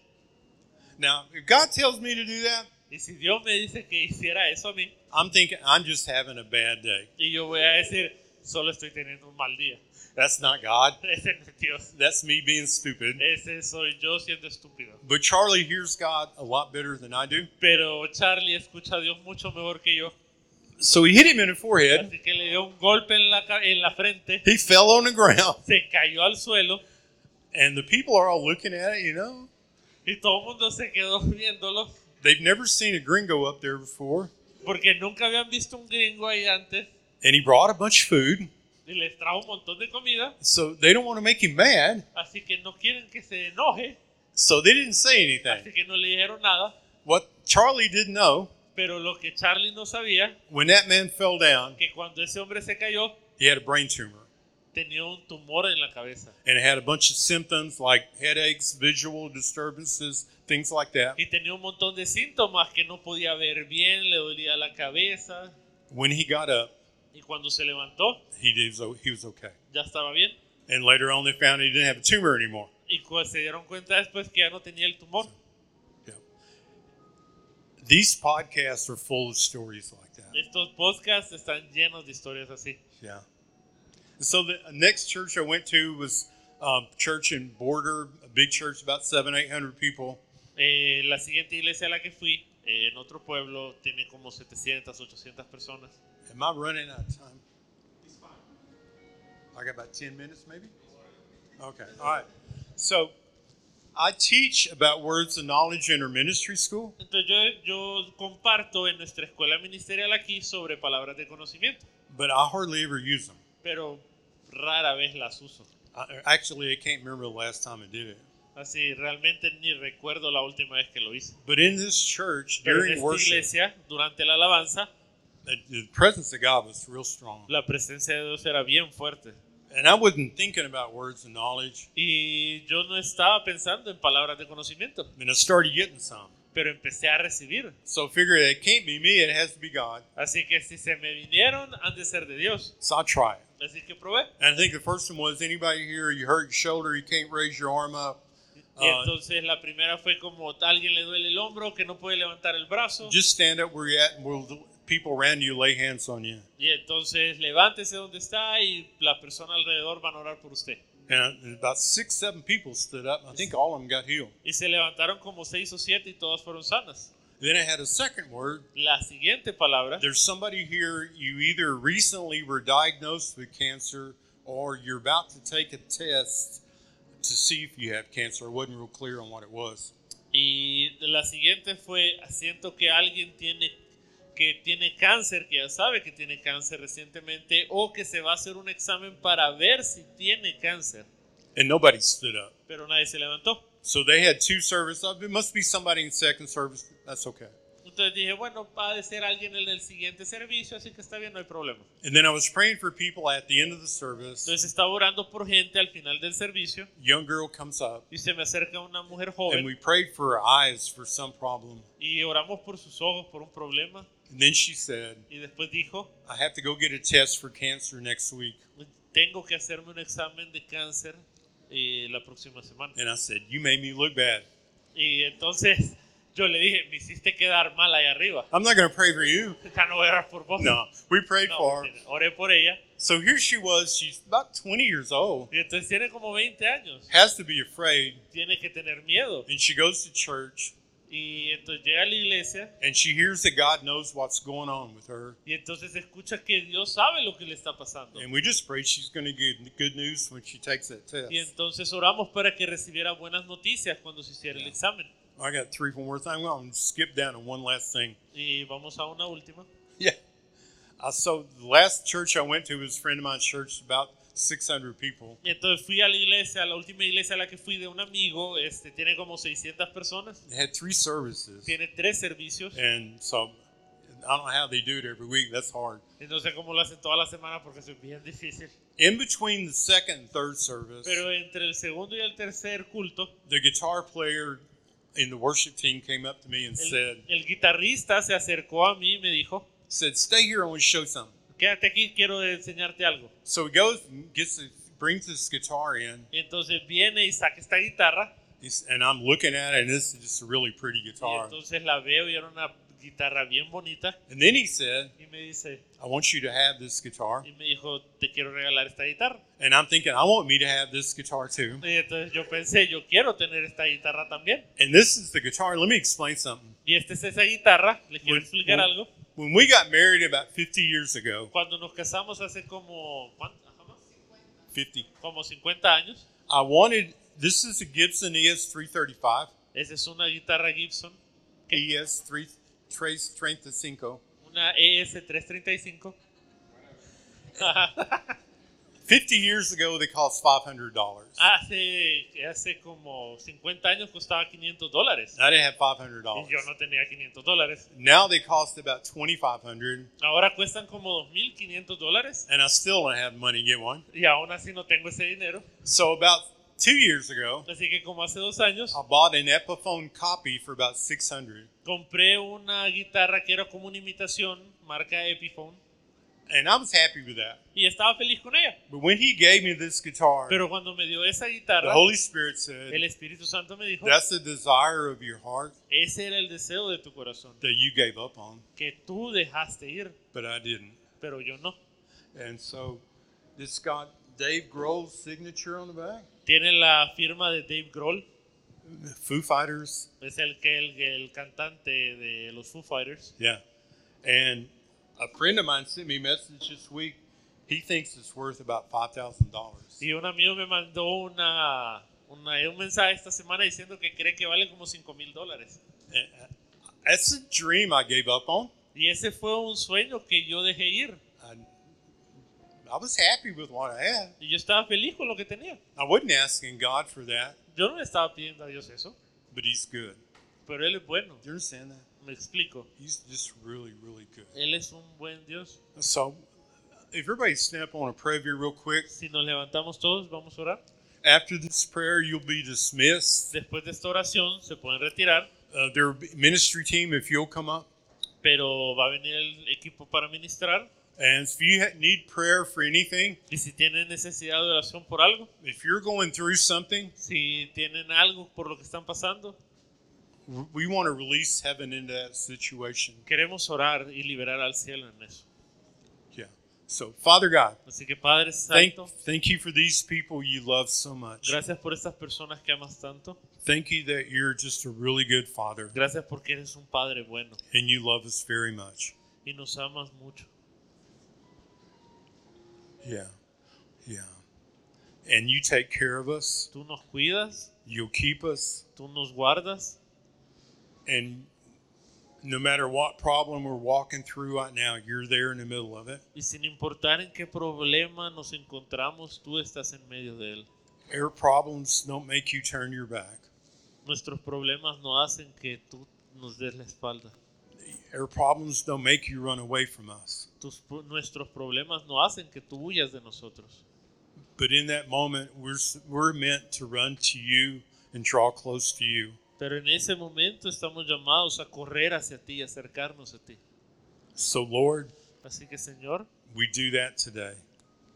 Now, if God tells me to do that, Y si Dios me dice que hiciera eso a mí, I'm thinking I'm just having a bad day. y yo voy a decir, solo estoy teniendo un mal día. (laughs) That's not God. Ese no es Dios. That's me being stupid. Ese soy yo siendo estúpido. But Charlie hears God a lot better than I do. Pero Charlie escucha a Dios mucho mejor que yo. So he hit him in the forehead. Así que le dio un golpe en la, ca- en la frente. He fell on the (laughs) ground. Se cayó al suelo. And the people are all looking at it, you know. Y todo el mundo se quedó (laughs) viéndolo. They've never seen a gringo up there before. Porque nunca habían visto un gringo ahí antes. And he brought a bunch of food. Y les trajo un montón de comida. So they don't want to make him mad. Así que no quieren que se enoje. So they didn't say anything. Así que no le dijeron nada. What Charlie didn't know, Pero lo que Charlie no sabía, when that man fell down, que cuando ese hombre se cayó, he had a brain tumor. tenía un tumor en la cabeza. And it had a bunch of symptoms like headaches, visual disturbances, things like that. Y tenía un montón de síntomas que no podía ver bien, le dolía la cabeza. When he got up, Y cuando se levantó, he, did, he was okay. ya estaba bien. And later on, they found he didn't have a tumor anymore. Y cu- se dieron cuenta después que ya no tenía el tumor. Yeah. These podcasts are full of stories like that. Estos podcasts están llenos de historias así. Yeah. So the next church I went to was a church in Border, a big church, about seven, eight hundred people. Eh, la siguiente iglesia a la que fui, eh, en otro pueblo, tiene como 700, 800 personas. Am I running out of time? I got about 10 minutes, maybe? Okay, all right. So I teach about words of knowledge in our ministry school, Entonces yo, yo comparto en nuestra escuela ministerial aquí sobre palabras de conocimiento, but I hardly ever use them. pero rara vez las uso. I, actually, I can't remember the last time I did it. Así, realmente ni recuerdo la última vez que lo hice. But in this church, Pero en during esta worship, iglesia, durante la alabanza, the, the presence of God was real strong. la presencia de Dios era bien fuerte. And I wasn't thinking about words of knowledge, Y yo no estaba pensando en palabras de conocimiento, and I started getting some. pero empecé a recibir. So I figured it can't be me, it has to be God. Así que si se me vinieron, han de ser de Dios. So I try it. Así que probé. And I think the first one was anybody here, you hurt your shoulder, you can't raise your arm up. uh, Y Ah. entonces la primera fue como a alguien le duele el hombro, que no puede levantar el brazo. Just stand up where you're at and we'll, people around you lay hands on you. Y entonces levántese donde está y la persona alrededor van a orar por usted. And uh, about six, seven people stood up. I think all of them got healed. Y se levantaron como seis o siete y todas fueron sanas. Then I had a second word. La siguiente palabra There's somebody here, you either recently were diagnosed with cancer or you're about to take a test to see if you have cancer. I wasn't real clear on what it was. Y la siguiente fue, siento que alguien tiene que tiene cáncer, que ya sabe que tiene cáncer recientemente, o que se va a hacer un examen para ver si tiene cáncer. And nobody stood up. Pero nadie se levantó. So they had two services. It must be somebody in second service. That's okay. Entonces dije, bueno, va a ser alguien en el siguiente servicio, así que está bien, no hay problema. And then I was praying for people at the end of the service. Entonces estaba orando por gente al final del servicio Young girl comes up, y se me acerca una mujer and joven we prayed for her eyes for some problem. y oramos por sus ojos, por un problema, And then she said, y después dijo, I have to go get a test for cancer next week. tengo que hacerme un examen de cáncer eh, la próxima semana. And I said, You made me look bad. Y entonces yo le dije, me hiciste quedar mal ahí arriba. I'm not going to pray for you. Ya no voy a orar por vos. No, we prayed No, for her. mentira. oré por ella. So here she was. She's about 20 years old, Y entonces tiene como 20 años. has to be afraid. Tiene que tener miedo. And she goes to church, Y entonces llega a la iglesia and she hears that God knows what's going on with her. y entonces escucha que Dios sabe lo que le está pasando. And we just pray she's going to get good news when she takes that test. Y entonces oramos para que recibiera buenas noticias cuando se hiciera el examen. I got three, four more things. I'm going to skip down to one last thing. Y vamos a una última. Yeah. Uh, so the last church I went to was a friend of mine's church, about 600 people. Y entonces fui a la iglesia, a la última iglesia a la que fui de un amigo, este tiene como 600 personas, It had three services. tiene tres servicios. And so I don't know how they do it every week. That's hard. Y no sé cómo lo hacen toda la semana porque es bien difícil. In between the second and third service, Pero entre el segundo y el tercer culto, the guitar player in the worship team came up to me and said, el, el guitarrista se acercó a mí y me dijo, said, stay here, I want to show something. quédate aquí, quiero enseñarte algo. So he goes and gets his, brings his guitar in, Y entonces viene y saca esta guitarra. he's, and I'm looking at it, and this is just a really pretty Y guitar. entonces la veo y era una guitarra bien bonita And then he said, y me dice, I want you to have this guitar. y me dijo, te quiero regalar esta guitarra. And I'm thinking, I want me to have this guitar too. Y entonces yo pensé, yo quiero tener esta guitarra también. And this is the guitar. Let me explain something. Y esta es esa guitarra, les quiero Bueno, explicar bueno. algo. When we got married about 50 years ago, Cuando nos casamos hace como, ¿cuánto? Ajá, más, 50, Como 50 años. I wanted, this is a Gibson E ES335, Esa es una guitarra Gibson, ES3, E Trace 35. una E ES335. Ajá. 50 years ago, they cost $500. (laughs) hace, hace como 50 años costaba 500 dólares. I didn't have $500. Y yo no tenía 500 dólares. Now they cost about 2500 Ahora cuestan como 2.500 dólares. and I still don't have money to get one. Y aún así no tengo ese dinero. So about two years ago, Así que como hace dos años, I bought an Epiphone copy for about 600 compré una guitarra que era como una imitación, marca Epiphone, and I was happy with that. y estaba feliz con ella. But when he gave me this guitar, Pero cuando me dio esa the guitarra, Holy Spirit said, el Espíritu Santo me dijo, That's the desire of your heart ese era el deseo de tu corazón, that you gave up on, que tú dejaste ir, but I didn't. pero yo no. And so it's got Dave Grohl's signature on the back. Tiene la firma de Dave Grohl, The Foo Fighters. es el que el, el cantante de los Foo Fighters. Yeah. And a friend of mine sent me a message this week. He thinks it's worth about five thousand dollars. Y un amigo me mandó una, una- un mensaje esta semana diciendo que cree que vale como 5 mil dólares. uh, That's a dream I gave up on. Y ese fue un sueño que yo dejé ir. I, I was happy with what I had. Y yo estaba feliz con lo que tenía. I wasn't asking God for that, Yo no le estaba pidiendo a Dios eso, but He's good. pero Él es bueno. Do you understand that? Me explico. He's just really, really good. Él es un buen Dios. So, if everybody stand up, I want to pray here real quick. Si nos levantamos todos, vamos a orar. After this prayer, you'll be dismissed. Después de esta oración se pueden retirar, Uh, their ministry team, if you'll come up. pero va a venir el equipo para ministrar. And if you ha- need prayer for anything, Y si tienen necesidad de oración por algo, if you're going through something, si tienen algo por lo que están pasando, w- we want to release heaven into that situation. queremos orar y liberar al cielo en eso. Yeah. So, Father God, Así que Padre thank, Santo, thank you for these people you love so much. gracias por estas personas que amas tanto. Thank you that you're just a really good father Gracias porque eres un Padre bueno and you love us very much. y nos amas mucho. Yeah. Yeah. And you take care of us, Tú nos cuidas, you'll keep us, tú nos guardas and no matter what problem we're walking through right now, you're there in the middle of it. y sin importar en qué problema nos encontramos, tú estás en medio de él. Our problems don't make you turn your back. Nuestros problemas no hacen que tú nos des la espalda. Our problems don't make you run away from us. Tus, pro- nuestros problemas no hacen que tú huyas de nosotros. But in that moment, we're, s- we're meant to run to you and draw close to you. Pero en ese momento estamos llamados a correr hacia ti, acercarnos a ti. So, Lord, Así que Señor, we do that today.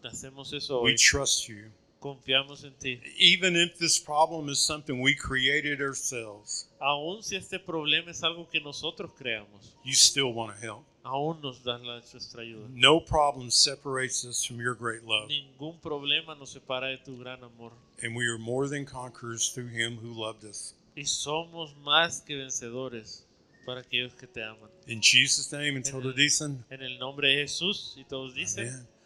hacemos eso We hoy. trust you. Confiamos en ti. Even if this problem is something we created ourselves, Aún si este problema es algo que nosotros creamos, you still want to help. aún nos das la, nuestra ayuda. No problem separates us from your great love, Ningún problema nos separa de tu gran amor. and we are more than conquerors through him who loved us. Y somos más que vencedores para aquellos que te aman. In Jesus' name, and Amen. Toda Deason. En el nombre de Jesús y todos dicen. Amen.